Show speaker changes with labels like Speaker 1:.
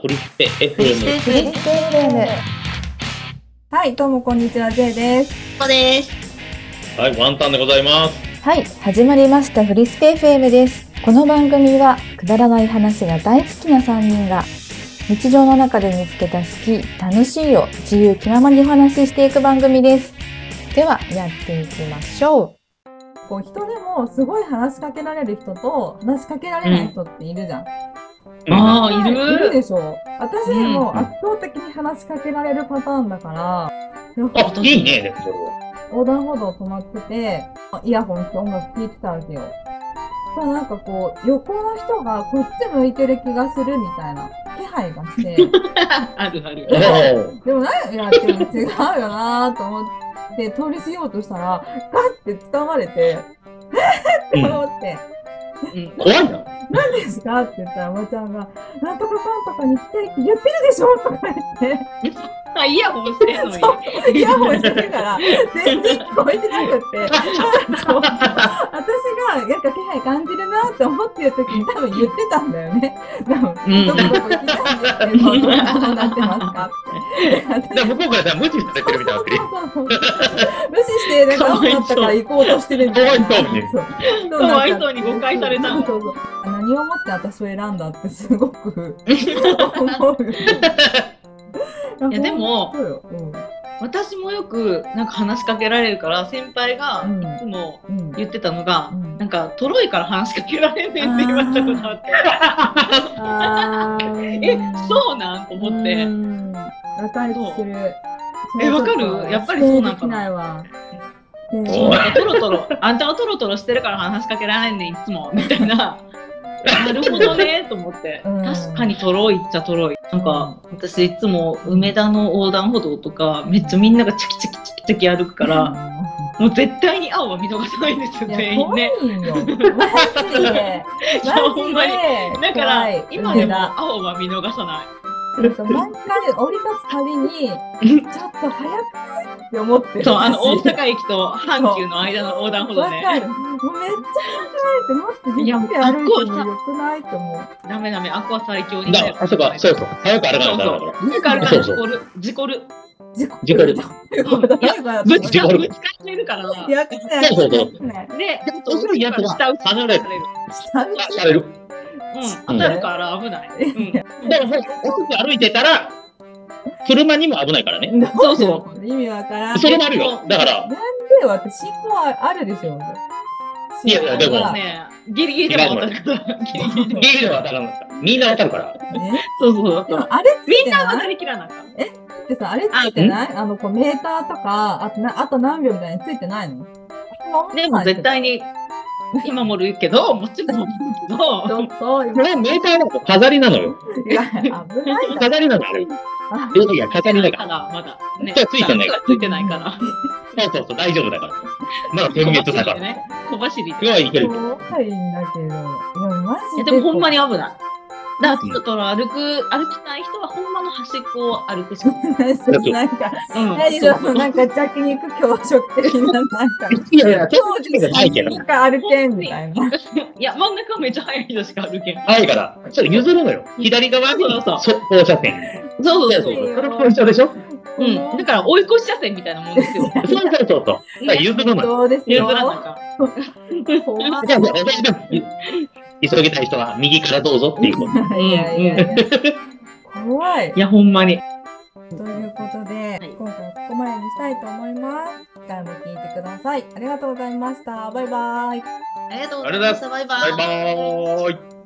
Speaker 1: ホリスペ
Speaker 2: フリスペ
Speaker 1: FM。
Speaker 2: フリスペ FM
Speaker 3: はい、どうもこんにちは、J です。
Speaker 4: ここです。
Speaker 1: はい、ワンタンでございます。
Speaker 2: はい始まりましたフリスペ FM ですこの番組はくだらない話が大好きな3人が日常の中で見つけた好き楽しいを自由気ままにお話ししていく番組ですではやっていきましょ
Speaker 3: こう人でもすごい話しかけられる人と話しかけられない人っているじゃん。
Speaker 1: あ、
Speaker 4: ああ、い
Speaker 3: いる
Speaker 4: る。
Speaker 3: でしょ私
Speaker 4: うん
Speaker 3: もう圧倒的に話しかけられるパターンだから、
Speaker 1: あ、いいね、でもそれは。
Speaker 3: 横断歩道止まってて、イヤホンして音楽聴いてたわけよ。まあなんかこう、横の人がこっち向いてる気がするみたいな気配がして、
Speaker 4: あるある。
Speaker 1: お
Speaker 3: でも何やっても違うよなと思って、通り過ぎようとしたら、ガッて掴まれて、え
Speaker 1: う
Speaker 3: ー
Speaker 1: ん
Speaker 3: って思って、
Speaker 4: うん
Speaker 1: ー怖いな。
Speaker 3: 何ですかって言ったら、おばちゃんが、なんとかかんとかに行きたいって言ってるでしょとか言っ
Speaker 4: あ、イヤホンしてんのに。
Speaker 3: て、イヤホンしてるから、全然聞こえてな くって、そう私が、なんか気配感じるなって思ってる時に多分言ってたんだよね。多
Speaker 4: うん
Speaker 3: 分、どこどこ行きたいんですけど、どうなってますかって。
Speaker 1: じゃあ向こうからさ、無視されてるみたいなわけ。
Speaker 3: そうそうそう無視して、なんか、だったから行こうとしてるみたいな。
Speaker 1: かわいそうに
Speaker 3: そう
Speaker 4: かわいそうに誤解されたの
Speaker 3: そうそうそう何をもって私を選んだってす ごく思うよね。
Speaker 4: いやでも
Speaker 3: そうよ、うん
Speaker 4: 私もよく、なんか話しかけられるから、先輩が
Speaker 3: う、ん
Speaker 4: いつも
Speaker 3: うん
Speaker 4: 言ってたのが
Speaker 3: う。ん
Speaker 4: なんか、トロイから話しかけられんねんって言われたことあって。
Speaker 2: う
Speaker 4: え、そうなんと思って。
Speaker 3: わかる気する。
Speaker 4: えわかるやっぱりそうなんかな
Speaker 3: 否定できないわ。
Speaker 1: おい
Speaker 3: で
Speaker 4: なんかトロトロ、あんたはトロトロしてるから話しかけられんねん、いつも。みたい な。なるほどね、と思って。
Speaker 3: うん
Speaker 4: 確かにトロイっちゃトロい。なんか、私いつも梅田の横断歩道とか、めっちゃみんながチャキチャキチャキチャキ歩くから、もう絶対に青は見逃さないんですよ、
Speaker 3: いや
Speaker 4: 全員
Speaker 3: 怖い
Speaker 4: ね。
Speaker 3: よ。マジで。
Speaker 4: いや
Speaker 3: マ
Speaker 4: ほん
Speaker 3: ジ
Speaker 4: まに。
Speaker 3: で。
Speaker 4: だか
Speaker 3: 怖い
Speaker 4: ら、今でも
Speaker 3: 梅田
Speaker 4: 青は見逃さない。
Speaker 3: なんか毎回降り立つたびに、ちょっと早くって思ってる。
Speaker 4: そう、あの、大
Speaker 3: 私
Speaker 4: 阪駅と阪急の間の横断歩道
Speaker 3: わか
Speaker 4: ね。
Speaker 3: る。もうめっちゃ面白いって、もっとゆっくり歩いてもよくないと思う。
Speaker 4: ダメダメ、あっこは最強に。
Speaker 1: だ、あ、そうか、そうそう。早く歩かないとダメだか
Speaker 4: だから、
Speaker 1: そう
Speaker 4: 事
Speaker 1: そう
Speaker 4: 故る、事故る。
Speaker 3: 事故
Speaker 1: 事故る事故る
Speaker 4: ぶつかる、ぶつかってるから。で、
Speaker 3: やってない。
Speaker 1: そうそうそう
Speaker 4: そう
Speaker 1: 面白いやつが
Speaker 4: 下打ち
Speaker 1: 離れる
Speaker 4: さる。
Speaker 1: ら。される。
Speaker 4: うん、当たるから危ない。 うん
Speaker 1: だから、お外歩いてたら、車にも危ないからね。
Speaker 4: そうそ
Speaker 3: 意味わからん。
Speaker 1: それもあるよ。だから、
Speaker 3: ではって信号あるでしょ。
Speaker 1: いやいやでも
Speaker 4: ね、ギリギリでも当たるから。ギリギリ。
Speaker 1: ゲームは当たらなかった。みんな当たるから。
Speaker 3: ね
Speaker 4: そうそう。だか
Speaker 3: で
Speaker 4: ら
Speaker 3: もあれつい
Speaker 4: み
Speaker 3: て
Speaker 4: んなは
Speaker 3: ない
Speaker 4: なりきらなあかん。
Speaker 3: ってさ、あれついてないあの、こうメーターとか、あとなあと何秒みたいについてないの
Speaker 4: でも絶対に今もるけど、もちろん
Speaker 3: ちょ
Speaker 4: 守る
Speaker 3: っと、
Speaker 1: これはメーカーだと飾りなのよ。
Speaker 3: いや危ないな。
Speaker 1: 飾りなの、あれ。レジが飾
Speaker 4: け
Speaker 1: りだ
Speaker 4: ど、
Speaker 1: か
Speaker 4: た
Speaker 1: ら。
Speaker 4: だまだね、
Speaker 1: じゃあついてないから
Speaker 4: ついてないから。
Speaker 1: そうそうそう、大丈夫だから。まだ点
Speaker 4: 小
Speaker 1: 滅だから。
Speaker 4: 走りでね、小走り
Speaker 1: 今
Speaker 4: で。
Speaker 1: はいいけるけど。
Speaker 3: 怖いんだけど。いや、マジ
Speaker 4: や
Speaker 3: で。
Speaker 4: でもほんまに危ない。だからちょっと歩く歩きたい人はほんまの端っこを歩くしかない。
Speaker 3: なんか、
Speaker 4: うん
Speaker 3: 大丈夫、なんか弱肉強食的な、なんか、
Speaker 1: いやいや、ちょっとないけど。
Speaker 3: なんか歩けんみたいな。
Speaker 4: いや、真ん中めっちゃ速い人しか歩けん。
Speaker 1: はいから、ちょっと譲るのよ。左側に
Speaker 4: そうそう
Speaker 1: 速攻車線。
Speaker 4: そうそ
Speaker 1: そ
Speaker 4: うそう
Speaker 1: そ
Speaker 4: うそうう。
Speaker 1: それも一緒でしょそう
Speaker 4: うん。だから追い越し車線みたいなもんですよ。
Speaker 1: そうそうそう。だから譲るのよ。
Speaker 3: そうです
Speaker 4: 譲
Speaker 3: よ。
Speaker 4: らなあかん。
Speaker 3: 怖い
Speaker 1: じゃあ、じゃあ私でも急ぎたい人は右からどうぞっていうこと。
Speaker 3: いやいやいや。怖い
Speaker 4: い。や、ほんまに。
Speaker 3: ということで、
Speaker 4: い
Speaker 3: 今回はここまでにしたいと思います。次回も聞いてください。ありがとうございました。バイバイ。
Speaker 4: ありがとう
Speaker 1: ございまし
Speaker 4: バイ
Speaker 1: バイバーイ。